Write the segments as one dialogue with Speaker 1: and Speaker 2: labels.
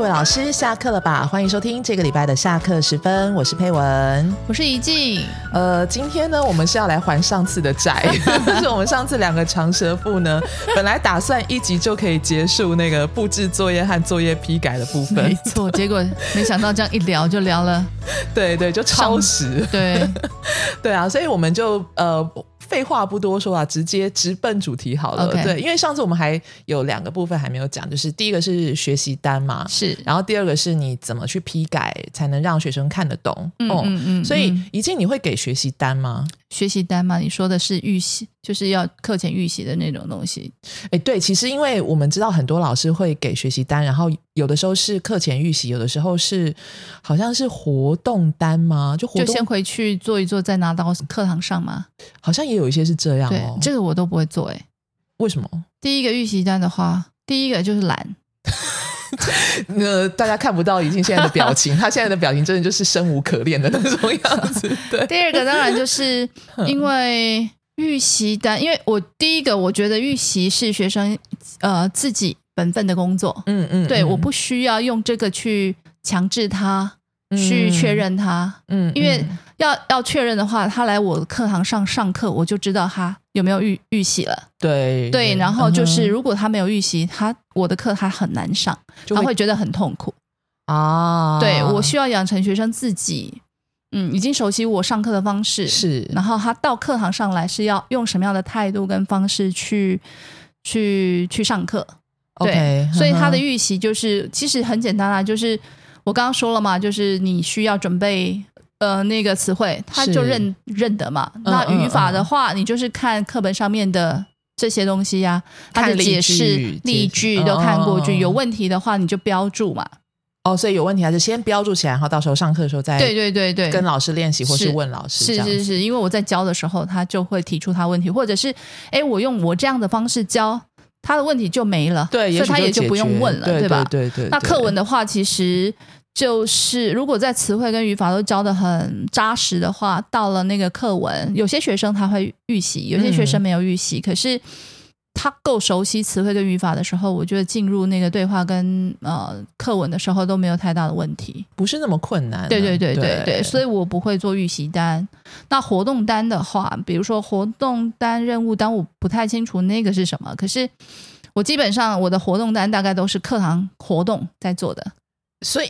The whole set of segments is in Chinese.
Speaker 1: 位老师下课了吧？欢迎收听这个礼拜的下课时分，我是佩文。
Speaker 2: 我是怡静，
Speaker 1: 呃，今天呢，我们是要来还上次的债， 就是我们上次两个长舌妇呢，本来打算一集就可以结束那个布置作业和作业批改的部
Speaker 2: 没
Speaker 1: 分，
Speaker 2: 错，结果没想到这样一聊就聊了，
Speaker 1: 对对，就超
Speaker 2: 上
Speaker 1: 时，
Speaker 2: 对，
Speaker 1: 对啊，所以我们就呃。废话不多说啊，直接直奔主题好了。
Speaker 2: OK
Speaker 1: 对，因为上次我们还有两个部分还没有讲，就是第一个是学习单嘛，
Speaker 2: 是，
Speaker 1: 然后第二个是你怎么去批改才能让学生看得懂。
Speaker 2: 嗯
Speaker 1: 哦
Speaker 2: 嗯嗯，
Speaker 1: 所以
Speaker 2: 嗯
Speaker 1: 一静你会给学习单吗？
Speaker 2: 学习单嘛，你说的是预习，就是要课前预习的那种东西，
Speaker 1: 哎，对，其实因为我们知道很多老师会给学习单，然后有的时候是课前预习，有的时候是好像是活动单吗？就活
Speaker 2: 就
Speaker 1: 动
Speaker 2: 先回去做一做，再拿到课堂上嘛。
Speaker 1: 好像也有一些是这样
Speaker 2: 对
Speaker 1: 哦，。
Speaker 2: 这个我都不会做、欸。哎，
Speaker 1: 为什么？
Speaker 2: 第一个预习单的话，第一个就是懒，
Speaker 1: 呃，大家看不到已经现在的表 情，他现在的表情真的就是生无可恋的那种样 子。对，
Speaker 2: 第二个当然就是因为预习单，因为我第一个我觉得预习是学生呃自己本分的工作，
Speaker 1: 嗯嗯，
Speaker 2: 对，
Speaker 1: 嗯
Speaker 2: 我不需要用这个去强制他去确，认他，
Speaker 1: 嗯嗯，
Speaker 2: 因为
Speaker 1: 嗯
Speaker 2: 要要确认的话，他来我课堂上上课，我就知道他有没有预预习了。
Speaker 1: 对
Speaker 2: 对，然后
Speaker 1: 嗯
Speaker 2: 就是
Speaker 1: 哼
Speaker 2: 如果他没有预习，他我的课他很难上，
Speaker 1: 就
Speaker 2: 他
Speaker 1: 会
Speaker 2: 会觉得很痛苦。
Speaker 1: 啊，
Speaker 2: 对我需要养成学生自己，嗯，已经熟悉我上课的方式，
Speaker 1: 是
Speaker 2: 然后他到课堂上来是要用什么样的态度跟方式去去去上课。对
Speaker 1: OK，
Speaker 2: 所以他的
Speaker 1: 嗯哼
Speaker 2: 预习就是其实很简单啊，就是我刚刚说了嘛，就是你需要准备呃那个词汇，他
Speaker 1: 是
Speaker 2: 就认认得嘛。那
Speaker 1: 嗯
Speaker 2: 语法的话，你就是看课本上面的。这些东西呀、它的
Speaker 1: 看例
Speaker 2: 解
Speaker 1: 句
Speaker 2: 释
Speaker 1: 解
Speaker 2: 例
Speaker 1: 释
Speaker 2: 句都看过
Speaker 1: 哦
Speaker 2: 去，有问题的话你就标注嘛。
Speaker 1: 哦，所以有问题还是先标注起来，然后到时候上课的时候再
Speaker 2: 对对对对，
Speaker 1: 哎跟老师练习，或是
Speaker 2: 是
Speaker 1: 问老师这
Speaker 2: 是
Speaker 1: 样子。
Speaker 2: 是是，因为我在教的时候，他就会提出他问题，或者是哎，诶我用我这样的方式教，他的问题就没了，
Speaker 1: 对，
Speaker 2: 所以他
Speaker 1: 也
Speaker 2: 也
Speaker 1: 许
Speaker 2: 就
Speaker 1: 解
Speaker 2: 不用
Speaker 1: 决
Speaker 2: 问了，
Speaker 1: 对
Speaker 2: 吧？
Speaker 1: 对对对。
Speaker 2: 那课文
Speaker 1: 的
Speaker 2: 的话，其实就是如果在词汇跟语法都教的很扎实的话，到了那个课文，有些学生他会预习，有些学生没有预习，可是。他够熟悉词汇跟语法的时候，我觉得进入那个对话跟呃课文的时候都没有太大的问题。
Speaker 1: 不是那么困难啊。
Speaker 2: 对对对对对，所
Speaker 1: 以
Speaker 2: 以我不会做预习单。那活动单的话，比如说活动单、任务单，我不太清楚那个是什么。可是我基本上我的活动单大概都是课堂活动在做的，
Speaker 1: 所以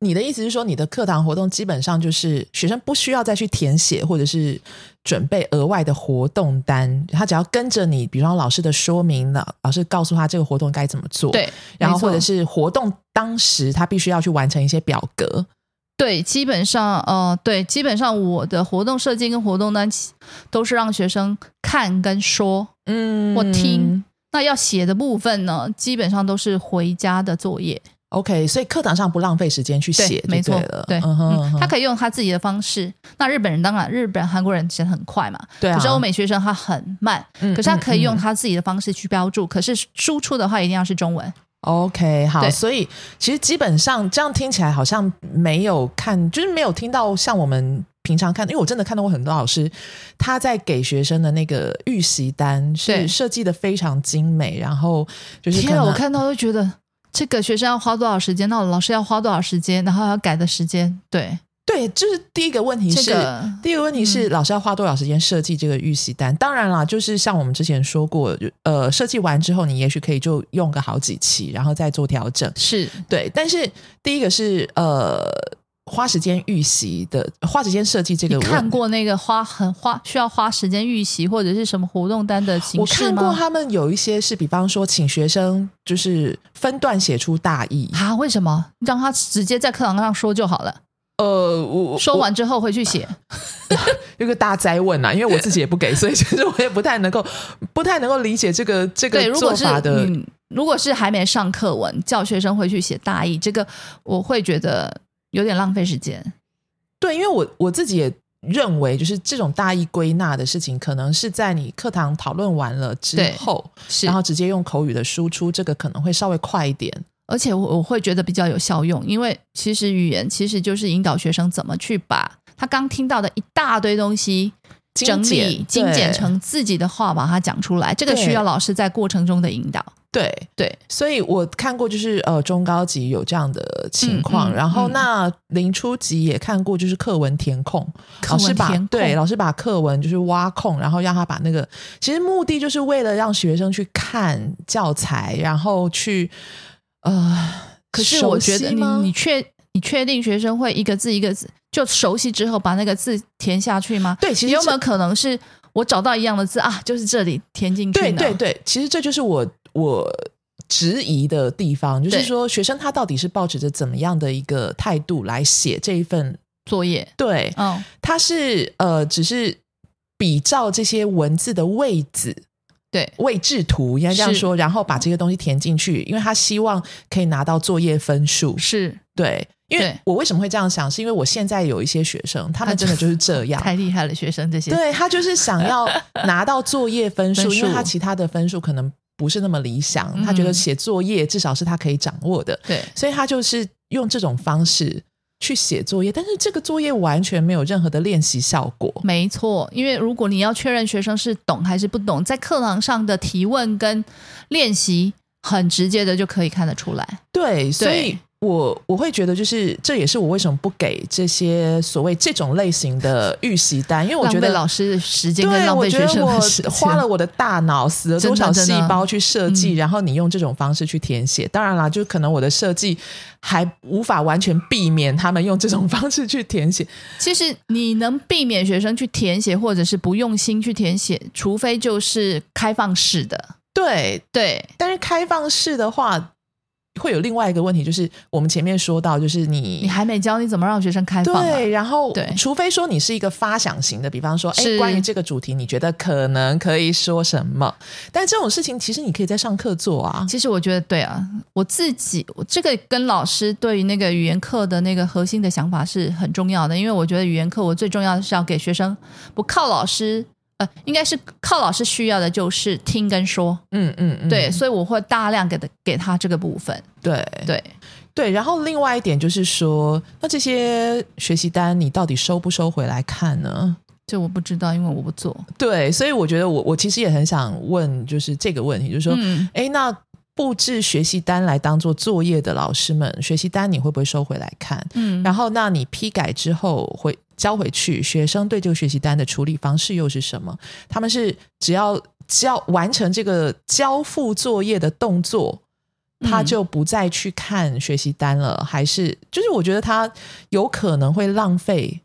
Speaker 1: 你的意思是说，你的课堂活动基本上就是学生不需要再去填写或者是准备额外的活动单，他只要跟着你，比方老师的说明了，老师告诉他这个活动该怎么做，，
Speaker 2: 对，
Speaker 1: 然后
Speaker 2: 没错
Speaker 1: 或者是活动当时他必须要去完成一些表格，
Speaker 2: 对，基本上呃，对，基本上我的活动设计跟活动单其都是让学生看跟说。
Speaker 1: 嗯
Speaker 2: 或听那要写的部分呢，基本上都是回家的作业，
Speaker 1: OK，所以课堂上不浪费时间去写
Speaker 2: 对，
Speaker 1: 就
Speaker 2: 没错
Speaker 1: 了，，
Speaker 2: 对，
Speaker 1: 嗯哼嗯
Speaker 2: 嗯
Speaker 1: 哼
Speaker 2: 他可以用他自己的方式。那日本人当然，日本韩国人写得很快嘛，
Speaker 1: 对啊，
Speaker 2: 可是欧美学生他很慢，
Speaker 1: 嗯，
Speaker 2: 可是他可以用
Speaker 1: 嗯嗯
Speaker 2: 他自己的方式去标注，可是输出的话一定要是中文。
Speaker 1: OK，好，
Speaker 2: 对
Speaker 1: 所以其实基本上这样听起来好像没有看，就是没有听到像我们平常看，因为我真的看到过很多老师他在给学生的那个预习单是
Speaker 2: 对
Speaker 1: 设计的非常精美，然后就是可
Speaker 2: 天啊，
Speaker 1: 能
Speaker 2: 我看到都觉得这个学生要花多少时间，那老师要花多少时间，然后还要改的时间，对，
Speaker 1: 对，就是第一个问题是。
Speaker 2: 这个嗯
Speaker 1: 第一个问题是，老师要花多少时间设计这个预习单？当然啦，就是像我们之前说过，就呃，设计完之后，你也许可以就用个好几期，然后再做调整。
Speaker 2: 是
Speaker 1: 对，但是第一个是呃，花时间预习的，花时间设计这个
Speaker 2: 你
Speaker 1: 问
Speaker 2: 看。过那个花很花需要花时间预习或者是什么活动单的形
Speaker 1: 我
Speaker 2: 式
Speaker 1: 看过
Speaker 2: 吗？
Speaker 1: 他们有一些是，比方说请学生就是分段写出大意。
Speaker 2: 啊，为什么让他直接在课堂上说就好了？
Speaker 1: 呃，我
Speaker 2: 说完之后回去写，
Speaker 1: 有个大灾问呐、啊因为我自己也 不给，所以其实我也不太能够，不太能够理解这个这
Speaker 2: 对，
Speaker 1: 个
Speaker 2: 如
Speaker 1: 做
Speaker 2: 果是
Speaker 1: 法的。
Speaker 2: 嗯，如果是还没上课文，叫学生回去写大意，这个我会觉得有点浪费时间。
Speaker 1: 对，因为我我自己也认为，就是这种大意归纳的事情，可能是在你课堂讨论完了之
Speaker 2: 对
Speaker 1: 后，
Speaker 2: 是
Speaker 1: 然后直接用口语的输出，这个可能会稍微快一点。
Speaker 2: 而且我我会觉得比较有效用，因为其实语言其实就是引导学生怎么去把他刚听到的一大堆东西
Speaker 1: 精
Speaker 2: 整
Speaker 1: 简
Speaker 2: 理、精
Speaker 1: 对
Speaker 2: 简成自己的话，把它讲出来。这个
Speaker 1: 对
Speaker 2: 需要老师在过程中的引导。
Speaker 1: 对，
Speaker 2: 对，
Speaker 1: 所以我看过就是呃中高级有这样的情况，
Speaker 2: 嗯嗯
Speaker 1: 然后
Speaker 2: 嗯
Speaker 1: 那零初级也看过就是课文填空，老师把
Speaker 2: 填空
Speaker 1: 对老师把课文就是挖空，然后让他把那个其实目的就是为了让学生去看教材，然后去呃，
Speaker 2: 可是我觉
Speaker 1: 熟
Speaker 2: 得
Speaker 1: 悉
Speaker 2: 你
Speaker 1: 吗
Speaker 2: 你确你确定学生会一个字一个字就熟悉之后把那个字填下去吗？
Speaker 1: 对其实
Speaker 2: 有没
Speaker 1: 这
Speaker 2: 有可能是我找到一样的字啊，就是这里填进去
Speaker 1: 对
Speaker 2: 呢？
Speaker 1: 对对，其实这就是我我质疑的地方，就是
Speaker 2: 对
Speaker 1: 说学生他到底是抱持着怎么样的一个态度来写这一份？
Speaker 2: 作业，
Speaker 1: 对，
Speaker 2: 嗯，
Speaker 1: 他是呃，只是比照这些文字的位置。
Speaker 2: 对
Speaker 1: 位置图应该这样
Speaker 2: 是
Speaker 1: 说，然后把这些东西填进去，因为他希望可以拿到作业分数。
Speaker 2: 是
Speaker 1: 对，因为
Speaker 2: 对
Speaker 1: 我为什么会这样想，是因为我现在有一些学生，他们真的就是这样，
Speaker 2: 太厉害了，学生这些，
Speaker 1: 对他就是想要拿到作业分数，
Speaker 2: 分数
Speaker 1: 因为他其他的分数可能不是那么理想，
Speaker 2: 嗯
Speaker 1: 他觉得写作业至少是他可以掌握的，
Speaker 2: 对
Speaker 1: 所以他就是用这种方式去写作业，但是这个作业完全没有任何的练习效果。
Speaker 2: 没错，因为如果你要确认学生是懂还是不懂，在课堂上的提问跟练习，很直接的就可以看得出来。
Speaker 1: 对，所以我我会觉得，就是这也是我为什么不给这些所谓这种类型的预习单，因为我觉
Speaker 2: 浪
Speaker 1: 得
Speaker 2: 费老师的时间跟
Speaker 1: 对，
Speaker 2: 浪
Speaker 1: 我
Speaker 2: 费
Speaker 1: 觉
Speaker 2: 学生
Speaker 1: 得
Speaker 2: 的时
Speaker 1: 我
Speaker 2: 间，
Speaker 1: 花了我的大脑，死了多少
Speaker 2: 真
Speaker 1: 细
Speaker 2: 的嗯真的
Speaker 1: 胞去设计，然后你用这种方式去填写。当然啦，就可能我的设计还无法完全避免他们用这种 方式去填写。
Speaker 2: 其实你能避免学生去填写，或者是不用心去填写，除非就是开放式的。
Speaker 1: 对，
Speaker 2: 对，
Speaker 1: 但是开放式的话，会有另外一个问题，就是我们前面说到，就是你
Speaker 2: 你还没教你怎么让学生开放、啊。
Speaker 1: 对，然后
Speaker 2: 对
Speaker 1: 除非说你是一个发想型的，比方说，哎，
Speaker 2: 是
Speaker 1: 关于这个主题，你觉得可能可以说什么？但这种事情其实你可以在上课做啊。
Speaker 2: 其实我觉得对啊，我自己我这个跟老师对于那个语言课的那个核心的想法是很重要的，因为我觉得语言课我最重要的是要给学生不靠老师，呃，应该是靠老师需要的就是听跟说，
Speaker 1: 嗯嗯嗯，
Speaker 2: 对，所以我会大量给他给他这个部分，
Speaker 1: 对
Speaker 2: 对，
Speaker 1: 对，然后另外一点就是说，那这些学习单你到底收不收回来看呢？
Speaker 2: 这我不知道，因为我不做，
Speaker 1: 对，所以我觉得我我其实也很想问，就是这个问题，就是说，
Speaker 2: 嗯，
Speaker 1: 哎、那布置学习单来当做作业的老师们，学习单你会不会收回来看？
Speaker 2: 嗯
Speaker 1: 然后，那你批改之后回交回去，学生对这个学习单的处理方式又是什么？他们是只要交完成这个交付作业的动作，他
Speaker 2: 嗯
Speaker 1: 就不再去看学习单了，还是就是我觉得他有可能会浪费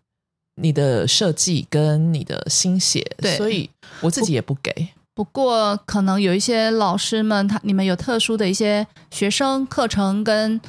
Speaker 1: 你的设计跟你的心血，
Speaker 2: 对
Speaker 1: 所以我自己也不给。
Speaker 2: 不过，可能有一些老师们，他你们有特殊的一些学生课程跟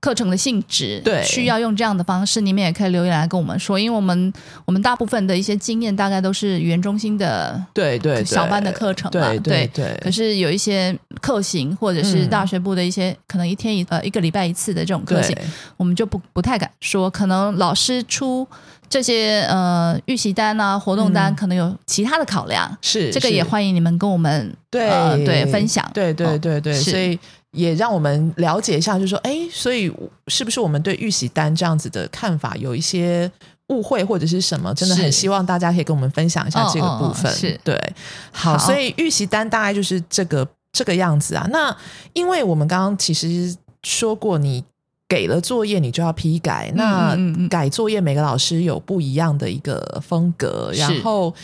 Speaker 2: 课程的性质，
Speaker 1: 对
Speaker 2: 需要用这样的方式，你们也可以留言来跟我们说，因为我们我们大部分的一些经验大概都是语言中心的
Speaker 1: 对对对，
Speaker 2: 小班的课程嘛，
Speaker 1: 对对
Speaker 2: 可
Speaker 1: 对，
Speaker 2: 是有一些课型，或者是
Speaker 1: 嗯
Speaker 2: 大学部的一些、可能一天一呃一个礼拜一次的这种课型
Speaker 1: 对，
Speaker 2: 我们就不不太敢说，可能老师出这些呃预习单啊、活动单，
Speaker 1: 嗯
Speaker 2: 可能有其他的考量。
Speaker 1: 是
Speaker 2: 这个也
Speaker 1: 是
Speaker 2: 欢迎你们跟我们
Speaker 1: 对、
Speaker 2: 呃对分享
Speaker 1: 对对
Speaker 2: 哦
Speaker 1: 对对，
Speaker 2: 是
Speaker 1: 所以也让我们了解一下，就是说，哎，所以是不是我们对预习单这样子的看法有一些误会或者是什么？真的很
Speaker 2: 是
Speaker 1: 希望大家可以跟我们分享一下
Speaker 2: 嗯
Speaker 1: 这个部分。
Speaker 2: 嗯嗯是
Speaker 1: 对，好，
Speaker 2: 好
Speaker 1: 所以预习单大概就是这个这个样子啊。那因为我们刚刚其实说过，你给了作业，你就要批改，那
Speaker 2: 嗯嗯嗯
Speaker 1: 改作业每个老师有不一样的一个风格，
Speaker 2: 是
Speaker 1: 然后哦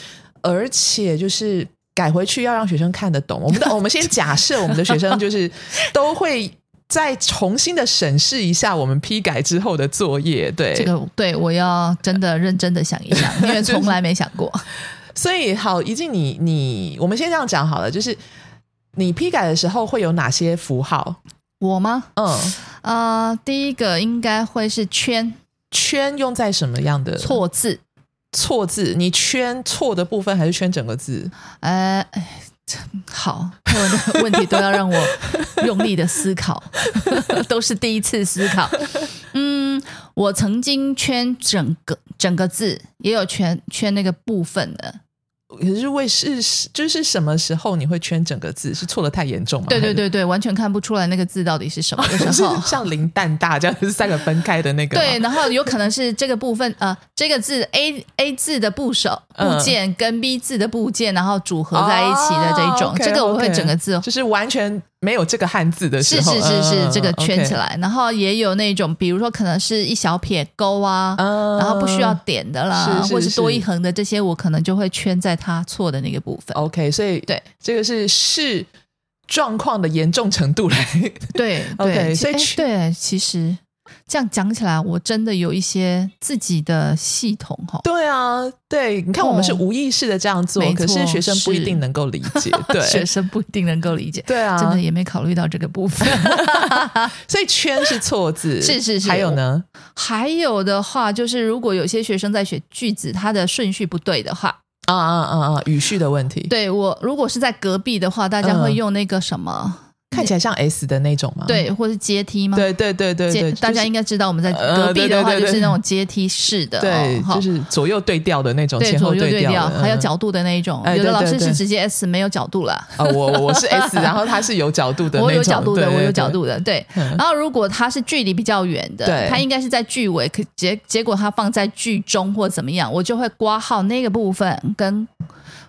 Speaker 1: 而且就是改回去要让学生看得懂。我们 的我们先假设我们的学生就是都会再重新的审视一下我们批改之后的作业，对
Speaker 2: 这个对我要真的认真的想一想，因为从来没想过。
Speaker 1: 所以好，一静你你我们先这样讲好了，就是你批改的时候会有哪些符号？
Speaker 2: 我吗？
Speaker 1: 嗯，
Speaker 2: 呃，第一个应该会是圈
Speaker 1: 圈用在什么样的
Speaker 2: 错字，
Speaker 1: 错字？你圈错的部分还是圈整个字？
Speaker 2: 呃，哎这好，我的问题都要让我用力的思 考，都是第一次思考。嗯，我曾经圈整个整个字，也有圈圈那个部分的，
Speaker 1: 可是为是是就是什么时候你会圈整个字？是错的太严重吗？
Speaker 2: 对对对对，完全看不出来那个字到底是 什么的
Speaker 1: 还是，
Speaker 2: 时候
Speaker 1: 是。像林蛋大这样是三个分开的那个吗。
Speaker 2: 对，然后有可能是这个部分，呃，这个字 A A 字的部首
Speaker 1: 嗯
Speaker 2: 部件跟 B 字的部件，然后组合在一起的这一种，
Speaker 1: 哦，OK，
Speaker 2: 这个我会
Speaker 1: OK
Speaker 2: 整个字
Speaker 1: 就是完全没有这个汉字的时
Speaker 2: 是
Speaker 1: 候，嗯
Speaker 2: 是是是，这个圈起
Speaker 1: 来，
Speaker 2: 来。然后也有那种，比如说可能是一小撇勾啊，
Speaker 1: 嗯
Speaker 2: 然后不需要点的啦，
Speaker 1: 是是
Speaker 2: 或是多
Speaker 1: 是
Speaker 2: 一横的这些，我可能就会圈在它错的那个部分。
Speaker 1: OK，所以
Speaker 2: 对
Speaker 1: 这个是视状况的严重程度来，
Speaker 2: 对
Speaker 1: OK，
Speaker 2: 对，
Speaker 1: 所以
Speaker 2: 哎
Speaker 1: 去。
Speaker 2: 对，其实这样讲起来，我真的有一些自己的系统哈
Speaker 1: 对啊，对，你看我们是
Speaker 2: 哦
Speaker 1: 无意识的这样做，
Speaker 2: 没
Speaker 1: 可是
Speaker 2: 错
Speaker 1: 学生不一
Speaker 2: 是
Speaker 1: 定能够理解，
Speaker 2: 学
Speaker 1: 对。
Speaker 2: 生不一定能够理解，
Speaker 1: 对啊
Speaker 2: 真的也没考虑到这个 部分。
Speaker 1: 所以圈是错字，
Speaker 2: 是是是
Speaker 1: 还有呢，
Speaker 2: 还有的话，就是如果有些学生在写句子，它的顺序不对的话，
Speaker 1: 啊啊啊啊，语序的问题，
Speaker 2: 对我如果是在隔壁的话，大家会
Speaker 1: 嗯
Speaker 2: 用那个什么，
Speaker 1: 看起来像 S 的那种吗？
Speaker 2: 对，或是阶梯吗？
Speaker 1: 嗯对对对对
Speaker 2: 阶，
Speaker 1: 对，
Speaker 2: 大家应
Speaker 1: 该
Speaker 2: 该知道我们在
Speaker 1: 呃
Speaker 2: 隔壁的话
Speaker 1: 对对对
Speaker 2: 就
Speaker 1: 对
Speaker 2: 是那种阶梯式的，
Speaker 1: 呃对
Speaker 2: 哦，好
Speaker 1: 就是左右对调的那种，
Speaker 2: 对
Speaker 1: 前后
Speaker 2: 左右对
Speaker 1: 调
Speaker 2: 调，
Speaker 1: 的，
Speaker 2: 还有
Speaker 1: 嗯
Speaker 2: 角度的那一种。
Speaker 1: 哎
Speaker 2: 有的
Speaker 1: 对
Speaker 2: 老
Speaker 1: 对
Speaker 2: 师
Speaker 1: 对
Speaker 2: 是直接 S 没有角度了，
Speaker 1: 啊，我我 是 S，然后它是有角度的那种，
Speaker 2: 我有角度的，
Speaker 1: 对
Speaker 2: 我有角。
Speaker 1: 对对
Speaker 2: 度的，对。
Speaker 1: 嗯
Speaker 2: 然后如果它是距离比较远的
Speaker 1: 对，
Speaker 2: 它应该是在句尾，可结结果它放在句中或怎么样，我就会挂号那个部分，跟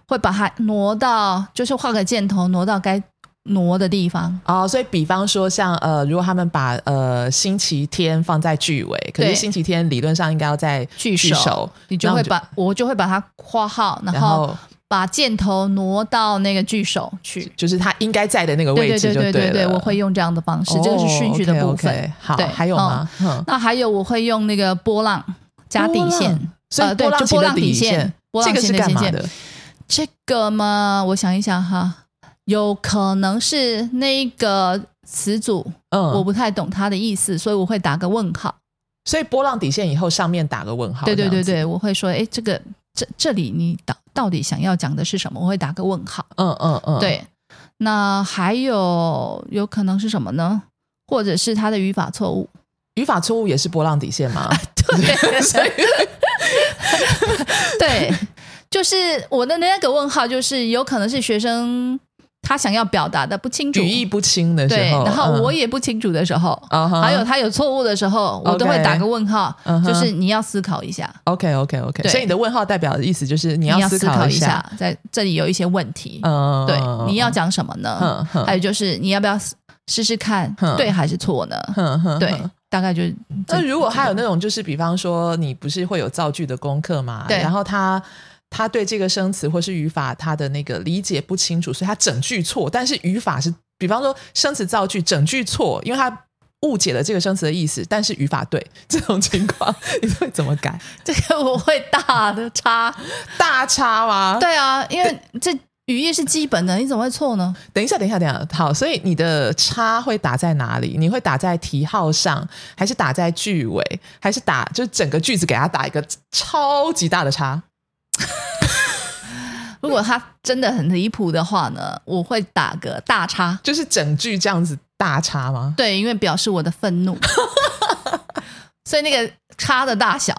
Speaker 2: 会把它挪到，就是画个箭头挪到该挪的地方。
Speaker 1: 哦，所以比方说像呃，如果他们把呃星期天放在句尾，可是
Speaker 2: 对
Speaker 1: 星期天理论上应该要在
Speaker 2: 句
Speaker 1: 首，
Speaker 2: 首你就
Speaker 1: 那我
Speaker 2: 会
Speaker 1: 就
Speaker 2: 把我就会把它括号，然
Speaker 1: 然
Speaker 2: 后
Speaker 1: 后
Speaker 2: 把箭头挪到那个句首去。
Speaker 1: 就是他应该在的那个
Speaker 2: 对
Speaker 1: 位
Speaker 2: 对
Speaker 1: 置
Speaker 2: 对
Speaker 1: 就
Speaker 2: 对对
Speaker 1: 了。哦
Speaker 2: 对，我会用这样的方式，这个是顺序的部分。
Speaker 1: o k 好，
Speaker 2: 对
Speaker 1: 还有吗？嗯，
Speaker 2: 那还有我会用那个波浪加底
Speaker 1: 波
Speaker 2: 线
Speaker 1: 浪，所以
Speaker 2: 呃对
Speaker 1: 浪
Speaker 2: 就
Speaker 1: 形
Speaker 2: 波
Speaker 1: 的
Speaker 2: 浪
Speaker 1: 底
Speaker 2: 底线波浪
Speaker 1: 这个是
Speaker 2: 形的
Speaker 1: 干
Speaker 2: 线
Speaker 1: 嘛
Speaker 2: 线
Speaker 1: 的？
Speaker 2: 这个嘛，我想一想哈，有可能是那个词组、
Speaker 1: 嗯，
Speaker 2: 我不太懂它的意思，所以我会打个问号。
Speaker 1: 所以波浪底线以后上面打个问号。
Speaker 2: 对对
Speaker 1: 这
Speaker 2: 对
Speaker 1: 样子，
Speaker 2: 对，我会说，哎，这个这这里你到到底想要讲的是什么？我会打个问号。
Speaker 1: 嗯嗯嗯，
Speaker 2: 对，那还有有可能是什么呢？或者是它的语法 错误。
Speaker 1: 语法错误也是波浪底线 吗？
Speaker 2: 对
Speaker 1: 所以
Speaker 2: 对，就是我的那个问号，就是有可能是学生他想要表达的不清楚，
Speaker 1: 语义不清的时
Speaker 2: 对，
Speaker 1: 候，
Speaker 2: 然后我
Speaker 1: 也
Speaker 2: 也不清楚的时候，
Speaker 1: 啊哈，
Speaker 2: 还有他有错误的时候，我都会
Speaker 1: OK
Speaker 2: 打个问号
Speaker 1: 嗯哼
Speaker 2: 就是你要思考一下，
Speaker 1: OK OK OK，
Speaker 2: 对
Speaker 1: 所以你的问号代表的意思就是你
Speaker 2: 你
Speaker 1: 要
Speaker 2: 思
Speaker 1: 考
Speaker 2: 一
Speaker 1: 下，，
Speaker 2: 在这里有一些问题，
Speaker 1: 嗯，
Speaker 2: 对，你要
Speaker 1: 讲，
Speaker 2: 讲什么呢？
Speaker 1: 嗯哼
Speaker 2: 还有就是你要不要试试试看
Speaker 1: 嗯，
Speaker 2: 对还是错呢？
Speaker 1: 哼哼
Speaker 2: 对
Speaker 1: 哼，
Speaker 2: 大概就是 这。
Speaker 1: 嗯那如果还有那种就是，比方说你不是会有造句的功课嘛，
Speaker 2: 对
Speaker 1: 然后他。他对这个生词或是语法，他的那个理解不清楚，所以他整句错。但是语法是，比方说生词造句，整句错，因为他误解了这个生词的意思，但是语法对。这种情况， 你会怎么改？
Speaker 2: 这个我会大的叉，
Speaker 1: 大差吗？
Speaker 2: 对啊，因为这语义是基本的，你怎么会错呢？
Speaker 1: 等一下，等一下，等一下。好，所以你的叉会打在哪里？你会打在题号上，还是打在句尾，还是打就是整个句子给它打一个超级大的叉？
Speaker 2: 如果他真的很离谱的话呢，我会打个大叉，
Speaker 1: 就是整句这样子大叉吗？
Speaker 2: 对，因为表示我的 愤怒，所以那个叉的 大小，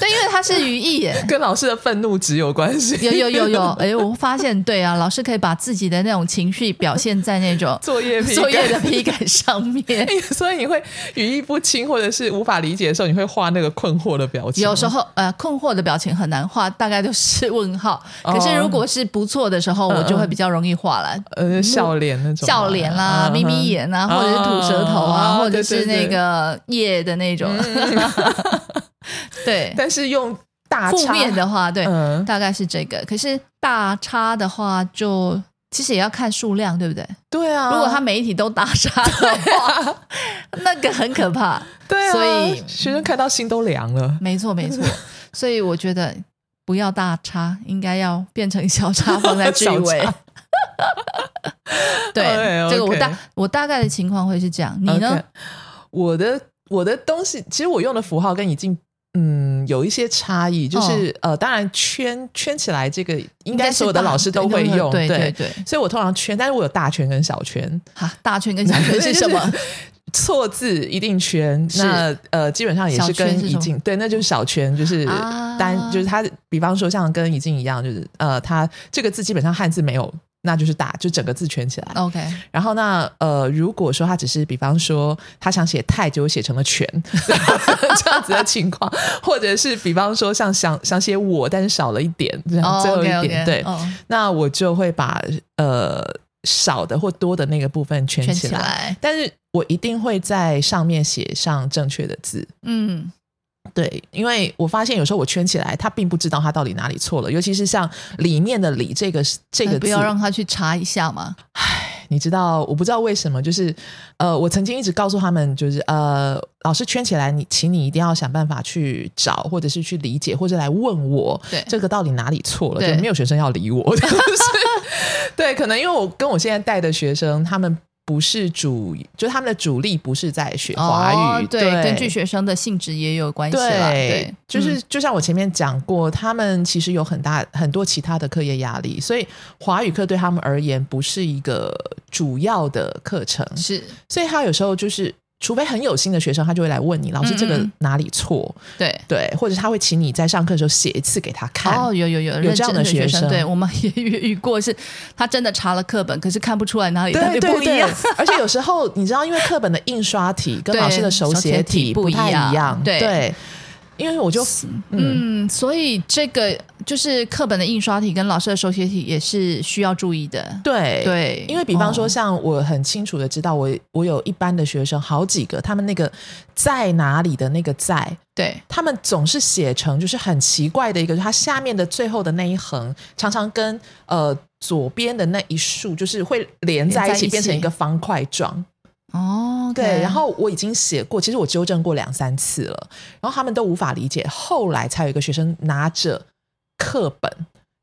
Speaker 2: 对，因为它是语义耶。
Speaker 1: 跟老师的愤怒值有关系？
Speaker 2: 有有 有有，哎，我发现对啊，老师可以把自己的那种情绪表现在那种
Speaker 1: 作业批改哎
Speaker 2: 作业的批改上面。
Speaker 1: 所以你会语义不清或者是无法理解的时候，你会画那个困惑的表情吗。
Speaker 2: 有时候呃，困惑的表情很难画，大概都是问号。可是
Speaker 1: 哦嗯
Speaker 2: 如果是不错的时候，我就会比较容易画了。
Speaker 1: 呃笑脸那种吗
Speaker 2: 笑脸啦、
Speaker 1: 嗯哼
Speaker 2: 眯眯眼啊，或者是吐舌头啊，
Speaker 1: 哦
Speaker 2: 或者
Speaker 1: 对嗯对
Speaker 2: 是那
Speaker 1: 对
Speaker 2: 个夜的那种， 对，
Speaker 1: 但是用大
Speaker 2: 负
Speaker 1: 叉
Speaker 2: 面的话，对，
Speaker 1: 啊嗯，
Speaker 2: 大概是这个。可是大叉的话就，其实也要看数量，对不对？
Speaker 1: 对啊，
Speaker 2: 如果他每一题都大叉的话，那个很 可怕。
Speaker 1: 对啊，
Speaker 2: 所以
Speaker 1: 学生看到心都凉了。
Speaker 2: 没错，没错。所以我觉得不要大叉，应该要变成小叉放在句尾
Speaker 1: 小叉。
Speaker 2: 对
Speaker 1: 哎，
Speaker 2: 这个我
Speaker 1: OK
Speaker 2: 大我大概的情况会是这样，你呢
Speaker 1: OK，？我的我的东西，其实我用的符号跟已经。嗯，有一些差异，就是、
Speaker 2: 哦
Speaker 1: 呃，当然圈圈起来这个，应该
Speaker 2: 是
Speaker 1: 所有的
Speaker 2: 大
Speaker 1: 老师都
Speaker 2: 对
Speaker 1: 会
Speaker 2: 对
Speaker 1: 用，
Speaker 2: 对对对。
Speaker 1: 所以我通常圈，但是我有大圈跟小 圈。
Speaker 2: 哈，大圈跟小圈是什么
Speaker 1: 就？错字一定圈，
Speaker 2: 是
Speaker 1: 那呃，基本上也
Speaker 2: 小
Speaker 1: 是
Speaker 2: 圈
Speaker 1: 跟
Speaker 2: 是
Speaker 1: 已
Speaker 2: 什么
Speaker 1: 经对，那就是小圈，就是
Speaker 2: 啊
Speaker 1: 单，就是它，比方说像跟已经一样，就是呃，它这个字基本上汉字没有，那就是大，就整个字圈起来。
Speaker 2: OK，
Speaker 1: 然后那呃，如果说他只是比方说他想写太，结果写成了全 这样子的情况，或者是比方说像想想写我，但是少了一点，这样、
Speaker 2: 哦
Speaker 1: 嗯最后一
Speaker 2: OK
Speaker 1: 点
Speaker 2: OK，
Speaker 1: 对。
Speaker 2: 哦
Speaker 1: 那我就会把呃少的或多的那个部分圈
Speaker 2: 圈
Speaker 1: 起
Speaker 2: 起
Speaker 1: 来。
Speaker 2: 来，
Speaker 1: 但是我一定会在上面写上正确的字，
Speaker 2: 嗯，
Speaker 1: 对，因为我发现有时候我圈起来，他并不知道他到底哪里错了，尤其是像理念的理这个这个字，
Speaker 2: 那哎不要让他去查一下嘛，
Speaker 1: 你知道，我不知道为什么，就是呃，我曾经一直告诉他们，就是呃，老师圈起来，你请你一定要想办法去找，或者是去理解，或者来问我，
Speaker 2: 对
Speaker 1: 这个到底哪里错了？
Speaker 2: 对
Speaker 1: 就没有学生要理 我，就是对，可能因为我跟我现在带的学生，他们不是主，就是他们的主力不是在学华语，
Speaker 2: 哦、对，根据学生的性质也有关系啦，对，
Speaker 1: 就是
Speaker 2: 嗯
Speaker 1: 就像我前面讲过，他们其实有很大很多其他的课业压力，所以华语课对他们而言不是一个主要的课程，
Speaker 2: 是
Speaker 1: 所以他有时候就是。除非很有心的学生，他就会来问你，老师
Speaker 2: 嗯嗯
Speaker 1: 这个
Speaker 2: 嗯
Speaker 1: 哪里错？
Speaker 2: 对。
Speaker 1: 对，或者他会请你在上课的时候写一次给他看。
Speaker 2: 哦，有有有
Speaker 1: 有这样的
Speaker 2: 认真
Speaker 1: 学
Speaker 2: 学
Speaker 1: 生
Speaker 2: 对我们 也遇遇过，是他真的查了课本，可是看不出来哪里哪
Speaker 1: 对
Speaker 2: 里
Speaker 1: 对
Speaker 2: 不一
Speaker 1: 对
Speaker 2: 样，，
Speaker 1: 而且有时候你知道，因为课本的印刷体跟
Speaker 2: 对
Speaker 1: 老师的手写
Speaker 2: 手写体
Speaker 1: 不
Speaker 2: 不
Speaker 1: 太
Speaker 2: 一样对
Speaker 1: 对，因为我就嗯
Speaker 2: 嗯，所以这个就是课本的印刷体跟老师的手写体也是需要注意的。
Speaker 1: 对
Speaker 2: 对，
Speaker 1: 因为比方说，
Speaker 2: 哦
Speaker 1: 像我很清楚的知道，我我有一班的学生，好几个，他们那个在哪里的那个在，
Speaker 2: 对
Speaker 1: 他们总是写成就是很奇怪的一个，就是它下面的最后的那一横，常常跟呃左边的那一竖，就是会连在一
Speaker 2: 连在
Speaker 1: 起，
Speaker 2: 一起
Speaker 1: 变成一个方块状。
Speaker 2: 哦，
Speaker 1: 对，然后我已经写过，其实我纠正过两三次了，然后他们都无法理解。后来才有一个学生拿着课本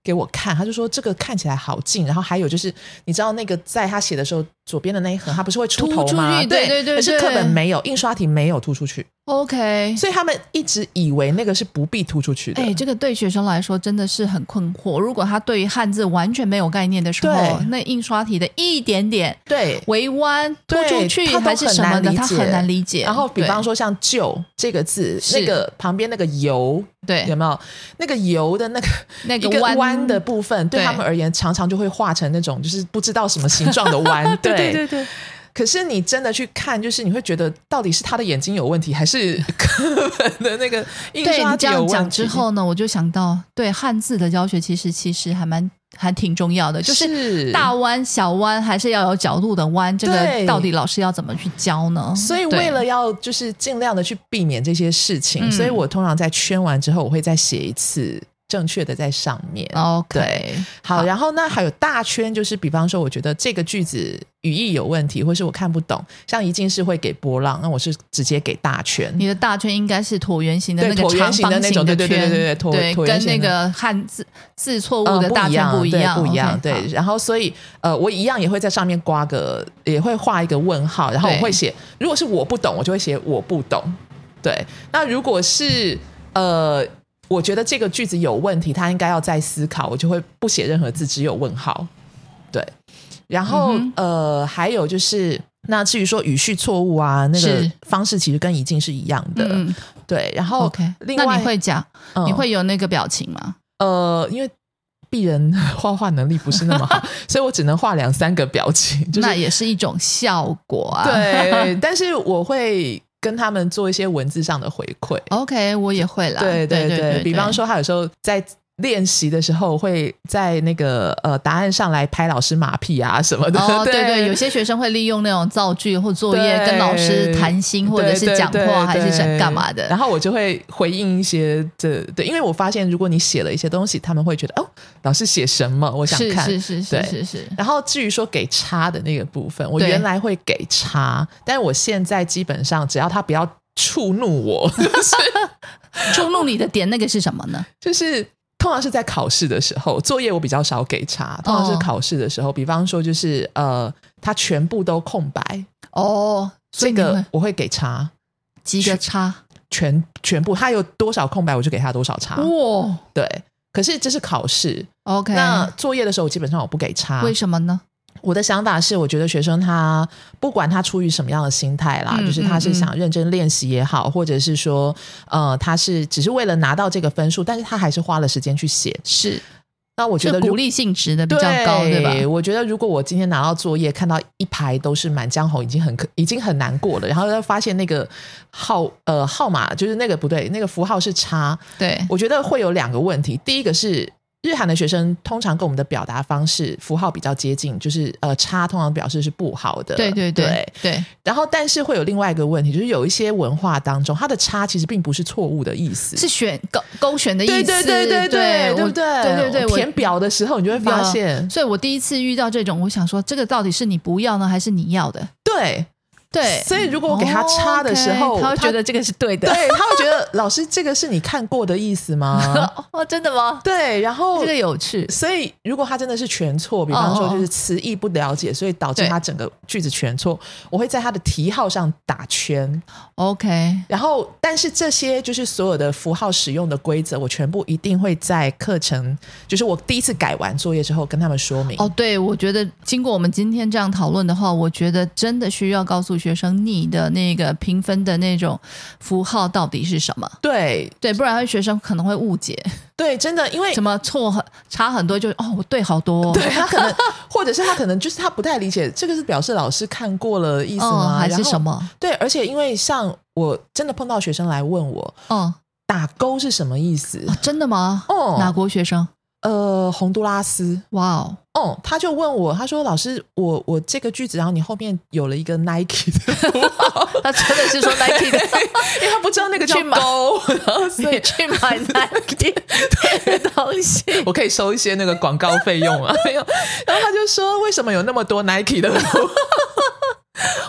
Speaker 1: 给我看，他就说这个看起来好近。然后还有就是，你知道那个在他写的时候，左边的那一横，他不是会出头
Speaker 2: 突出
Speaker 1: 吗？
Speaker 2: 去对对对
Speaker 1: 可是
Speaker 2: 对
Speaker 1: 课本没有，印刷题没有突出去，
Speaker 2: OK，
Speaker 1: 所以他们一直以为那个是不必突出去的。
Speaker 2: 哎，这个对学生来说真的是很困惑。如果他对于汉字完全没有概念的时候
Speaker 1: 对，
Speaker 2: 那印刷体的一点点
Speaker 1: 对。
Speaker 2: 围弯突
Speaker 1: 对
Speaker 2: 出去
Speaker 1: 他都
Speaker 2: 还是什么的，
Speaker 1: 很难理解
Speaker 2: 他很难理解。
Speaker 1: 然后，比方
Speaker 2: 说，
Speaker 1: 说像“旧”这个字，
Speaker 2: 是
Speaker 1: 那个旁边那个“油”有
Speaker 2: 对
Speaker 1: 没有？那个“油”的那个
Speaker 2: 那
Speaker 1: 一个
Speaker 2: 弯
Speaker 1: 弯的，部分，对
Speaker 2: 对
Speaker 1: 他们而言，常常就会画成那种就是不知道什么形状的弯。
Speaker 2: 对对对对，
Speaker 1: 可是你真的去看，就是你会觉得到底是他的眼睛有问题，还是 课本的那个印
Speaker 2: 对
Speaker 1: 刷
Speaker 2: 你
Speaker 1: 体
Speaker 2: 这
Speaker 1: 有
Speaker 2: 样
Speaker 1: 问题？
Speaker 2: 讲之后呢，我就想到，对汉字的教学其实其实还蛮还挺重要的，就是
Speaker 1: 是
Speaker 2: 大。弯、小弯还是要有角度的弯，这
Speaker 1: 对
Speaker 2: 个到底老师要怎么去教呢？
Speaker 1: 所以
Speaker 2: 对
Speaker 1: 为了要就是尽量的去避免这些事情，
Speaker 2: 嗯
Speaker 1: 所以我通常在圈完之后，我会再写一次正确的在上面。对
Speaker 2: OK，
Speaker 1: 好，
Speaker 2: 好
Speaker 1: 然后那还有大圈，就是比方说，我觉得这个句子语义有问题，或是我看不懂，像一进是会给波浪，那我是直接给大圈。
Speaker 2: 你的大圈应该是椭圆形的
Speaker 1: 对
Speaker 2: 那个
Speaker 1: 椭圆
Speaker 2: 长
Speaker 1: 形的
Speaker 2: 方
Speaker 1: 那
Speaker 2: 形
Speaker 1: 种
Speaker 2: 的
Speaker 1: 对对对
Speaker 2: 圈，
Speaker 1: 对对对椭椭圆
Speaker 2: 跟
Speaker 1: 形
Speaker 2: 那
Speaker 1: 的
Speaker 2: 个汉字字错误
Speaker 1: 嗯
Speaker 2: 的大圈
Speaker 1: 不
Speaker 2: 一
Speaker 1: 对
Speaker 2: 样，
Speaker 1: 不一样，
Speaker 2: OK，
Speaker 1: 对。然后，所以，呃，我一样也会在上面刮个，也会画一个问号，然后我
Speaker 2: 对
Speaker 1: 会写，如果是我不懂，我就会写我不懂。对，那如果是呃，我觉得这个句子有问题，他应该要再思考，我就会不写任何字，只有问号。对，然后、
Speaker 2: 嗯
Speaker 1: 呃，还有就是，那至于说语序错误啊，那个
Speaker 2: 是
Speaker 1: 方式其实跟已经是一样的。
Speaker 2: 嗯嗯
Speaker 1: 对，然后
Speaker 2: ，OK。
Speaker 1: 另外
Speaker 2: 那你会讲，
Speaker 1: 嗯
Speaker 2: 你会有那个表情吗？
Speaker 1: 呃，因为鄙人画画能力不是那么 好，所以我只能画两三个表情，就是
Speaker 2: 那也是一种效果啊。
Speaker 1: 对，但是我会跟他们做一些文字上的回馈。
Speaker 2: ，OK，我也会啦。
Speaker 1: 对
Speaker 2: 啊对
Speaker 1: 对
Speaker 2: 对，
Speaker 1: 比方
Speaker 2: 对，
Speaker 1: 说他有时候在。练习的时候会在那个呃答案上来拍老师马屁啊什么的，
Speaker 2: 哦，对对，
Speaker 1: 对
Speaker 2: 有些学生会利用那种造句或作业
Speaker 1: 对
Speaker 2: 跟老师谈心，或者是
Speaker 1: 对
Speaker 2: 讲
Speaker 1: 对
Speaker 2: 话，还是
Speaker 1: 对
Speaker 2: 想干嘛的
Speaker 1: 然。后我就会回应一些这对，因为我发现如果你写了一些东西，他们会觉得哦，老师写什么，我想
Speaker 2: 是
Speaker 1: 看，
Speaker 2: 是是
Speaker 1: 对
Speaker 2: 是是是，
Speaker 1: 然后至于说给差的那个部分，我
Speaker 2: 对
Speaker 1: 原来会给差，但我现在基本上只要他不要触怒我， 就是
Speaker 2: 触怒你的点那个是什么呢？
Speaker 1: 就是通常是在考试的时候，作业我比较少给差，通常是
Speaker 2: 哦
Speaker 1: 考试的时候，比方说就是呃，他全部都空白，
Speaker 2: 哦，所
Speaker 1: 这
Speaker 2: 以你
Speaker 1: 个
Speaker 2: 会
Speaker 1: 我会给差，
Speaker 2: 及格差
Speaker 1: 全全部他有多少空白我就给他多少差，
Speaker 2: 哇
Speaker 1: 对。可是这是考试，
Speaker 2: ，OK，
Speaker 1: 那作业的时候我基本上我不给差，
Speaker 2: 为什么呢？
Speaker 1: 我的想法是，我觉得学生他不管他出于什么样的心态啦，
Speaker 2: 嗯
Speaker 1: 就是他是想认真练习也好，或者是说，呃，他是只是为了拿到这个分数，但是他还是花了时间去写。
Speaker 2: 是
Speaker 1: 那我觉
Speaker 2: 是
Speaker 1: 得
Speaker 2: 鼓
Speaker 1: 如
Speaker 2: 励性质的比
Speaker 1: 对
Speaker 2: 较高，对吧？
Speaker 1: 我觉得如果我今天拿到作业，看到一排都是《满江红》，已经很可已经很难过了，然后又发现那个号呃号码就是那个不对，那个符号是差，
Speaker 2: 对，
Speaker 1: 我觉得会有两个问题，第一个是日韩的学生通常跟我们的表达方式符号比较接近，就是呃差通常表示是不好的，
Speaker 2: 对对对对，
Speaker 1: 然后但是会有另外一个问题，就是有一些文化当中，它的差其实并不是错误的意思，
Speaker 2: 是选勾勾选的意思，
Speaker 1: 对对对对对，对
Speaker 2: 我
Speaker 1: 不对？
Speaker 2: 对对对，我嗯
Speaker 1: 填表的时候你就会发现，
Speaker 2: 所以我第一次遇到这种，我想说，这个到底是你不要呢，还是你要的？
Speaker 1: 对。
Speaker 2: 对，
Speaker 1: 所以如果我给他差的时候，
Speaker 2: 哦，OK，他会觉得这个是对的。
Speaker 1: 对，他会觉得老师这个是你看过的意思 吗？
Speaker 2: 哦，真的吗？
Speaker 1: 对，然后
Speaker 2: 哦这个有趣。
Speaker 1: 所以，如果他真的是全错，比方说
Speaker 2: 哦
Speaker 1: 就是词义不了解，所以导致
Speaker 2: 对
Speaker 1: 他整个句子全错，我会在他的题号上打圈。
Speaker 2: OK，
Speaker 1: 然后，但是这些就是所有的符号使用的规则，我全部一定会在课程，就是我第一次改完作业之后跟他们说明。
Speaker 2: 哦，对，我觉得经过我们今天这样讨论的话，我觉得真的需要告诉学生你的那个评分的那种符号到底是什么。
Speaker 1: 对
Speaker 2: 对，不然学生可能会误解，
Speaker 1: 对，真的，因为
Speaker 2: 怎么错很差很多就，哦，我对好多、哦，
Speaker 1: 对他可能，或者是他可能就是他不太理解，这个是表示老师看过了意思吗？
Speaker 2: 嗯，还是
Speaker 1: 然后
Speaker 2: 什？么？
Speaker 1: 对，而且因为像我真的碰到学生来问我
Speaker 2: 嗯、
Speaker 1: 打勾是什么意思
Speaker 2: 哦，真的吗？
Speaker 1: 哦
Speaker 2: 哪国学生？
Speaker 1: 呃，洪都拉斯，
Speaker 2: 哇哦，
Speaker 1: 哦、他就问我，他说老师，我我这个句子，然后你后面有了一个 Nike 的 符号，
Speaker 2: 他真的是说 Nike 的，
Speaker 1: 因为他不知道那个叫
Speaker 2: 去买
Speaker 1: 勾，然后所
Speaker 2: 你
Speaker 1: 以
Speaker 2: 去买 Nike 的东西。
Speaker 1: 我可以收一些那个广告费用啊，没有。然后他就说，为什么有那么多 Nike 的符号？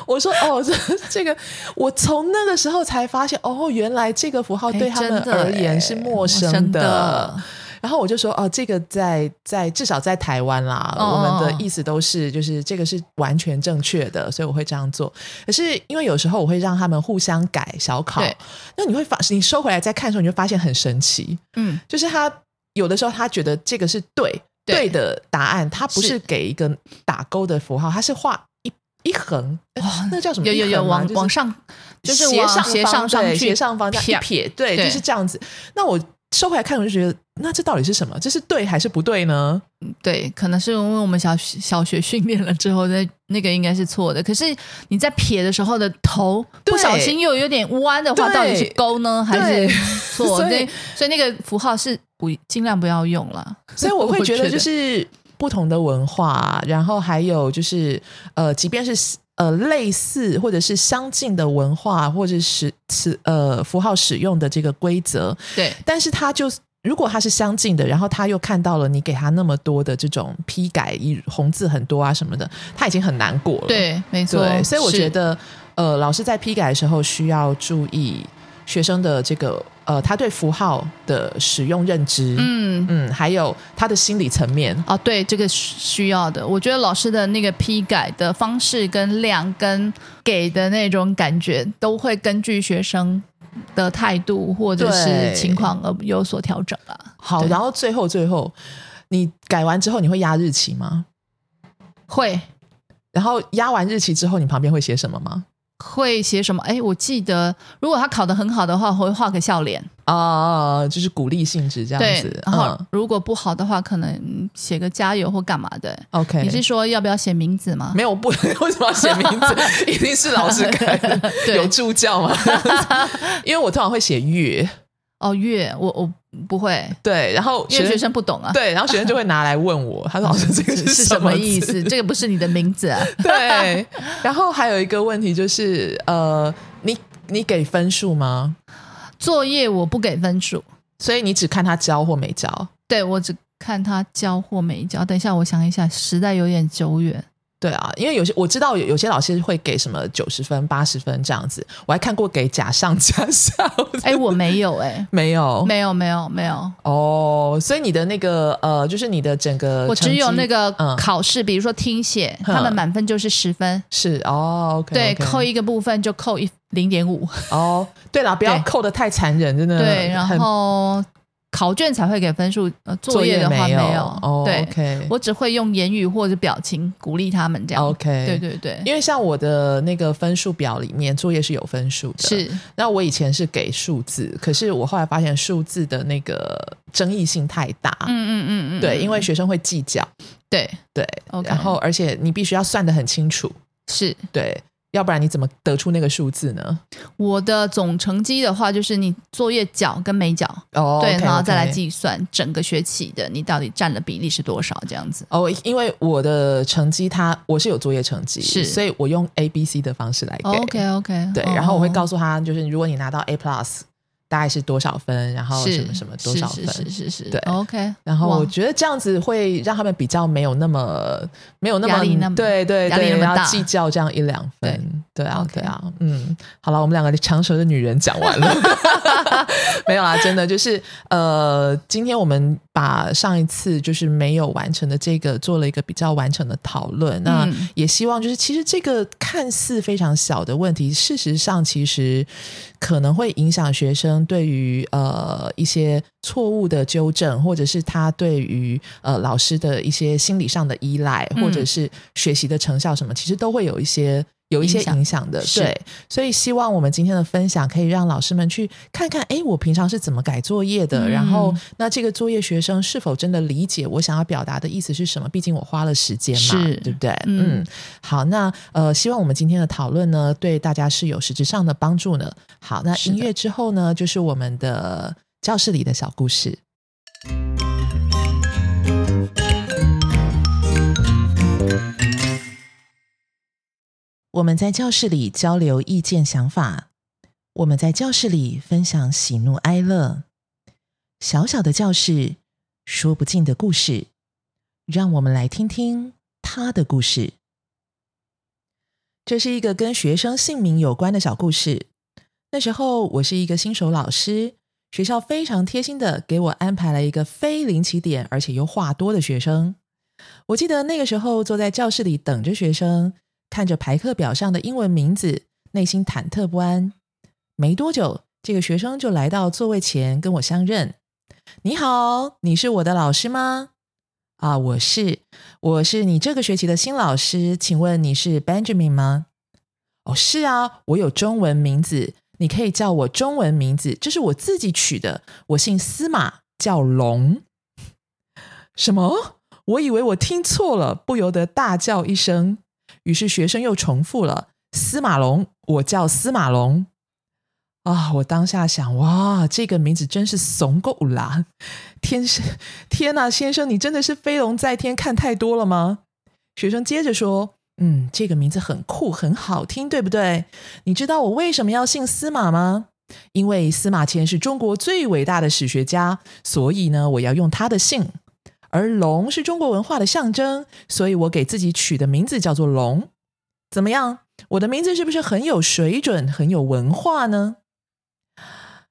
Speaker 1: 我说哦，这这个我从那个时候才发现，哦，原来这个符号
Speaker 2: 哎
Speaker 1: 对他
Speaker 2: 真
Speaker 1: 们
Speaker 2: 的
Speaker 1: 而
Speaker 2: 哎
Speaker 1: 言是陌生
Speaker 2: 陌生
Speaker 1: 的。
Speaker 2: 的
Speaker 1: 然后我就说哦，这个在在至少在台湾啦，
Speaker 2: 哦
Speaker 1: 我们的意思都是就是这个是完全正确的，所以我会这样做。可是因为有时候我会让他们互相改小考
Speaker 2: 对，
Speaker 1: 那你会发你收回来再看的时候，你就发现很神奇，
Speaker 2: 嗯，
Speaker 1: 就是他有的时候他觉得这个是对
Speaker 2: 对
Speaker 1: 的答案，他不是
Speaker 2: 是
Speaker 1: 给一个打勾的符号，他是画一一横，呃那叫什么
Speaker 2: 有
Speaker 1: 一横
Speaker 2: 有有
Speaker 1: 吗
Speaker 2: 往
Speaker 1: 就是
Speaker 2: 往上，就是
Speaker 1: 斜
Speaker 2: 往
Speaker 1: 上
Speaker 2: 斜
Speaker 1: 方
Speaker 2: 上上
Speaker 1: 对
Speaker 2: 去
Speaker 1: 斜上方这
Speaker 2: 撇
Speaker 1: 样一撇，对，
Speaker 2: 对
Speaker 1: 就是这样子。那我收回来看，我就觉得，那这到底是什么？这是对还是不对 呢？
Speaker 2: 对，可能是因为我们小学小学训练了之后，那那个应该是错的。可是你在撇的时候的头
Speaker 1: 对
Speaker 2: 不小心又有点弯的话，
Speaker 1: 对
Speaker 2: 到底是勾呢还
Speaker 1: 对
Speaker 2: 是错？
Speaker 1: 所以
Speaker 2: 对， 所以那个符号是不尽量不要用了。
Speaker 1: 所以我会觉
Speaker 2: 得
Speaker 1: 得，就是不同的文化，然后还有就是，呃，即便是呃类似或者是相近的文化，或者是使呃符号使用的这个规则，
Speaker 2: 对
Speaker 1: 但是它就。如果它是相近的，然后他又看到了你给他那么多的这种批改，一红字很多啊什么的，他已经很难过了。
Speaker 2: 对，没错
Speaker 1: 对，。所以我
Speaker 2: 是
Speaker 1: 觉得，呃，老师在批改的时候需要注意学生的这个呃，他对符号的使用认知，
Speaker 2: 嗯。
Speaker 1: 嗯，还有他的心理层面。
Speaker 2: 啊，对，这个需需要的。我觉得老师的那个批改的方式、跟量、跟给的那种感觉，都会根据学生的态度或者是
Speaker 1: 对
Speaker 2: 情况而有所调整啊。
Speaker 1: 好，
Speaker 2: 对
Speaker 1: 然后最后最后，你改完之后你会压日期吗？
Speaker 2: 会
Speaker 1: 然后压完日期之后，你旁边会写什么吗？
Speaker 2: 会写什么？哎，我记得，如果他考得很好的话，我会画个笑脸，
Speaker 1: 啊、就是鼓励性质这样
Speaker 2: 对
Speaker 1: 子。。
Speaker 2: 然后
Speaker 1: 嗯
Speaker 2: 如果不好的话，可能写个加油或干嘛的。
Speaker 1: ，OK，
Speaker 2: 你是说要不要写名字 吗？
Speaker 1: 没有不为什么要写名 字？一定是老师改的，
Speaker 2: 对
Speaker 1: 有助教 吗？因为我通常会写月，
Speaker 2: 哦，月，我我不会，
Speaker 1: 对，然后
Speaker 2: 因为学 生不懂啊。嗯
Speaker 1: 对，然后学生就会拿来问我，他说：“老师，这个
Speaker 2: 是是
Speaker 1: 什
Speaker 2: 什么意
Speaker 1: 字
Speaker 2: 思？？” 这个不是你的名字啊。
Speaker 1: 对，然后还有一个问题就是，呃，你你给分数吗？
Speaker 2: 作业我不给分数，
Speaker 1: 所以你只看他交或没交。
Speaker 2: 对我只看他交或没交。等一下，我想一下，时代有点久远。
Speaker 1: 对啊，因为有些我知道有有些老师会给什么九十分、八十分这样子，我还看过给假上假下。
Speaker 2: 哎，我没有，哎，
Speaker 1: 没有，
Speaker 2: 没有，没有，没有。
Speaker 1: 哦，所以你的那个呃，就是你的整个
Speaker 2: 我只有
Speaker 1: 成绩
Speaker 2: 那个
Speaker 1: 嗯
Speaker 2: 考试，比如说听写，
Speaker 1: 嗯
Speaker 2: 他们满分就是十分，
Speaker 1: 是哦，OK，
Speaker 2: 对，扣一个部分就扣一零点五，
Speaker 1: 哦，对啦，不要
Speaker 2: 对
Speaker 1: 扣的太残忍，真的
Speaker 2: 对，然
Speaker 1: 嗯很
Speaker 2: 后考卷才会给分数，呃，作业的话
Speaker 1: 没
Speaker 2: 有，
Speaker 1: 哦
Speaker 2: 对
Speaker 1: ，OK，
Speaker 2: 我只会用言语或者表情鼓励他们这样
Speaker 1: 哦 OK，
Speaker 2: 对对对，
Speaker 1: 因为像我的那个分数表里面，作业是有分数的。，
Speaker 2: 是
Speaker 1: 那我以前是给数字，可是我后来发现数字的那个争议性太大。
Speaker 2: 嗯嗯嗯嗯，
Speaker 1: 对，
Speaker 2: 嗯
Speaker 1: 因为学生会计较，
Speaker 2: 对
Speaker 1: 对
Speaker 2: OK
Speaker 1: 然后而且你必须要算得很清楚，
Speaker 2: 是
Speaker 1: 对。要不然你怎么得出那个数字呢？
Speaker 2: 我的总成绩的话，就是你作业缴跟没缴，
Speaker 1: 哦
Speaker 2: 对，
Speaker 1: OK，
Speaker 2: 然后再来
Speaker 1: OK
Speaker 2: 计算整个学期的你到底占的比例是多少，这样子。
Speaker 1: 哦，因为我的成绩它我是有作业成绩，
Speaker 2: 是哦
Speaker 1: 所以我用 A、B、C 的方式来给。
Speaker 2: OK 哦 OK，
Speaker 1: 对，然后我会
Speaker 2: 诉
Speaker 1: 告诉他，就是如果你拿到 A plus，大概是多少分，然后什么什么多少分。
Speaker 2: 是是是是是
Speaker 1: 对
Speaker 2: ，OK。
Speaker 1: 然后
Speaker 2: 哇
Speaker 1: 我觉得这样子会让他们比较没有那么没有那么
Speaker 2: 压力那么
Speaker 1: 对对
Speaker 2: 压力
Speaker 1: 对，
Speaker 2: 那么
Speaker 1: 要
Speaker 2: 大
Speaker 1: 计较这样一两分，对啊
Speaker 2: OK
Speaker 1: 对啊，嗯，好了，我们两个长舌的女人讲完 了， 没有啦，真的就是呃，今天我们把上一次就是没有完成的这个做了一个比较完整的讨论，那
Speaker 2: 嗯
Speaker 1: 也希望就是其实这个看似非常小的问题，事实上其实可能会影响学生对于呃一些错误的纠正，或者是他对于呃老师的一些心理上的依赖，
Speaker 2: 嗯
Speaker 1: 或者是学习的成效什么，其实都会有一些。有一些
Speaker 2: 影响
Speaker 1: 影响的，
Speaker 2: 是
Speaker 1: 对，所以希望我们今天的分享可以让老师们去看看，哎，我平常是怎么改作业的，
Speaker 2: 嗯
Speaker 1: 然后那这个作业学生是否真的理解我想要表达的意思是什么？毕竟我花了时间嘛，
Speaker 2: 是
Speaker 1: 对不对？
Speaker 2: 嗯
Speaker 1: 嗯，好，那呃，希望我们今天的讨论呢，对大家是有实质上的帮助呢。好，那
Speaker 2: 是的
Speaker 1: 音乐之后呢，就是我们的教室里的小故事。我们在教室里交流意见想法，我们在教室里分享喜怒哀乐。小小的教室，说不尽的故事，让我们来听听他的故事。这是一个跟学生姓名有关的小故事。那时候我是一个新手老师，学校非常贴心的给我安排了一个非零起点而且又话多的学生。我记得那个时候坐在教室里等着学生，看着排课表上的英文名字，内心忐忑不安。没多久，这个学生就来到座位前跟我相认：“你好，你是我的老师吗？”啊，我是，我是你这个学期的新老师，请问你是 Benjamin 吗？哦，是啊，我有中文名字，你可以叫我中文名字，这是我自己取的，我姓司马，叫龙。什么？我以为我听错了，不由得大叫一声。于是学生又重复了：“司马龙，我叫司马龙。”啊！我当下想，哇，这个名字真是怂够啦！天生，天呐，先生，你真的是飞龙在天，看太多了吗？学生接着说：“嗯，这个名字很酷，很好听，对不对？你知道我为什么要姓司马吗？因为司马迁是中国最伟大的史学家，所以呢，我要用他的姓。而龙是中国文化的象征，所以我给自己取的名字叫做龙。怎么样？我的名字是不是很有水准，很有文化呢？”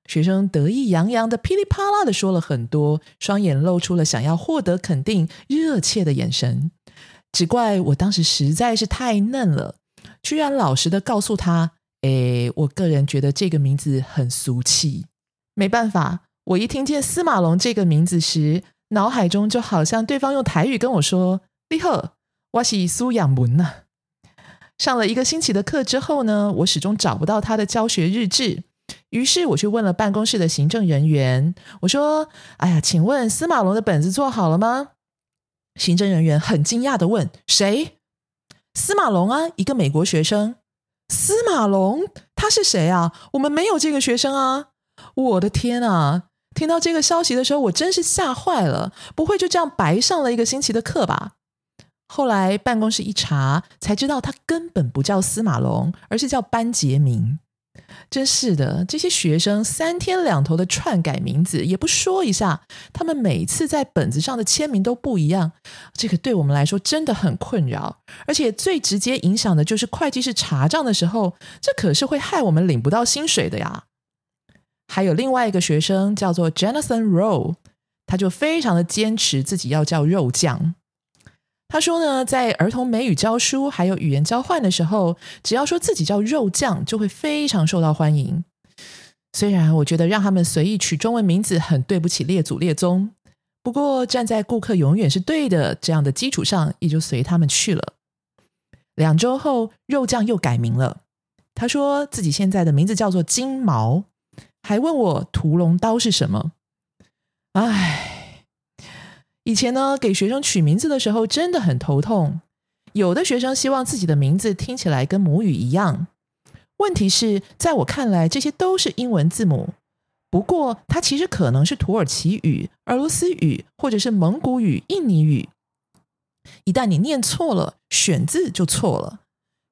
Speaker 1: 学生得意洋洋的噼里啪啦的说了很多，双眼露出了想要获得肯定、热切的眼神。只怪我当时实在是太嫩了，居然老实的告诉他：“诶，我个人觉得这个名字很俗气。”没办法，我一听见司马龙这个名字时，脑海中就好像对方用台语跟我说：“你好，我是苏养文呐、上了一个星期的课之后呢，我始终找不到他的教学日志。于是我去问了办公室的行政人员，我说：“哎呀，请问司马龙的本子做好了吗？”行政人员很惊讶的问：“谁？”司马龙啊，一个美国学生。司马龙，他是谁啊？我们没有这个学生啊！我的天啊！听到这个消息的时候，我真是吓坏了。不会就这样白上了一个星期的课吧？后来办公室一查，才知道他根本不叫司马龙，而是叫班杰明。真是的，这些学生三天两头的篡改名字，也不说一下，他们每次在本子上的签名都不一样，这个对我们来说真的很困扰。而且最直接影响的就是会计师查账的时候，这可是会害我们领不到薪水的呀。还有另外一个学生叫做 Jonathan Rowe，他就非常的坚持自己要叫肉酱。他说呢，在儿童美语教书还有语言交换的时候，只要说自己叫肉酱，就会非常受到欢迎。虽然我觉得让他们随意取中文名字很对不起列祖列宗，不过站在顾客永远是对的这样的基础上，也就随他们去了。两周后，肉酱又改名了。他说自己现在的名字叫做金毛，还问我屠龙刀是什么。唉，以前呢，给学生取名字的时候真的很头痛，有的学生希望自己的名字听起来跟母语一样。问题是在我看来，这些都是英文字母，不过它其实可能是土耳其语、俄罗斯语，或者是蒙古语、印尼语。一旦你念错了，选字就错了。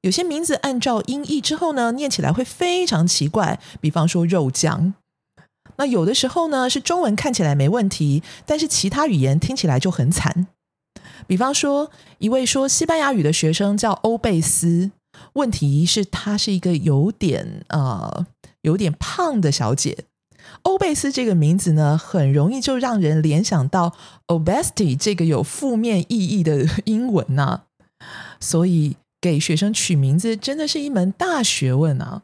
Speaker 1: 有些名字按照音译之后呢，念起来会非常奇怪，比方说肉酱。那有的时候呢，是中文看起来没问题，但是其他语言听起来就很惨。比方说，一位说西班牙语的学生叫欧贝斯，问题是她是一个有点呃有点胖的小姐。欧贝斯这个名字呢，很容易就让人联想到 obesity 这个有负面意义的英文呐、所以给学生取名字真的是一门大学问啊。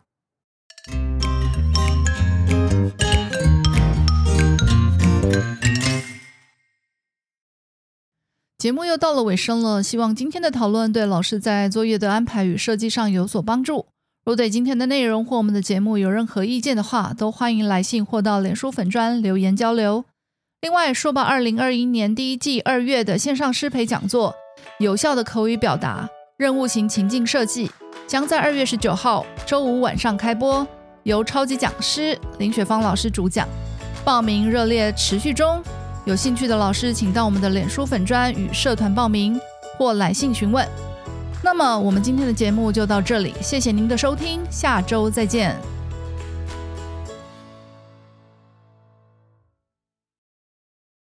Speaker 2: 节目又到了尾声了，希望今天的讨论对老师在作业的安排与设计上有所帮助。若对今天的内容或我们的节目有任何意见的话，都欢迎来信或到脸书粉专留言交流。另外，说吧，二零二一年第一季二月的线上师培讲座《有效的口语表达：任务型情境设计》将在二月十九号周五晚上开播，由超级讲师林雪芳老师主讲。报名热烈持续中，有兴趣的老师请到我们的脸书粉专与社团报名，或来信询问。那么我们今天的节目就到这里，谢谢您的收听，下周再见。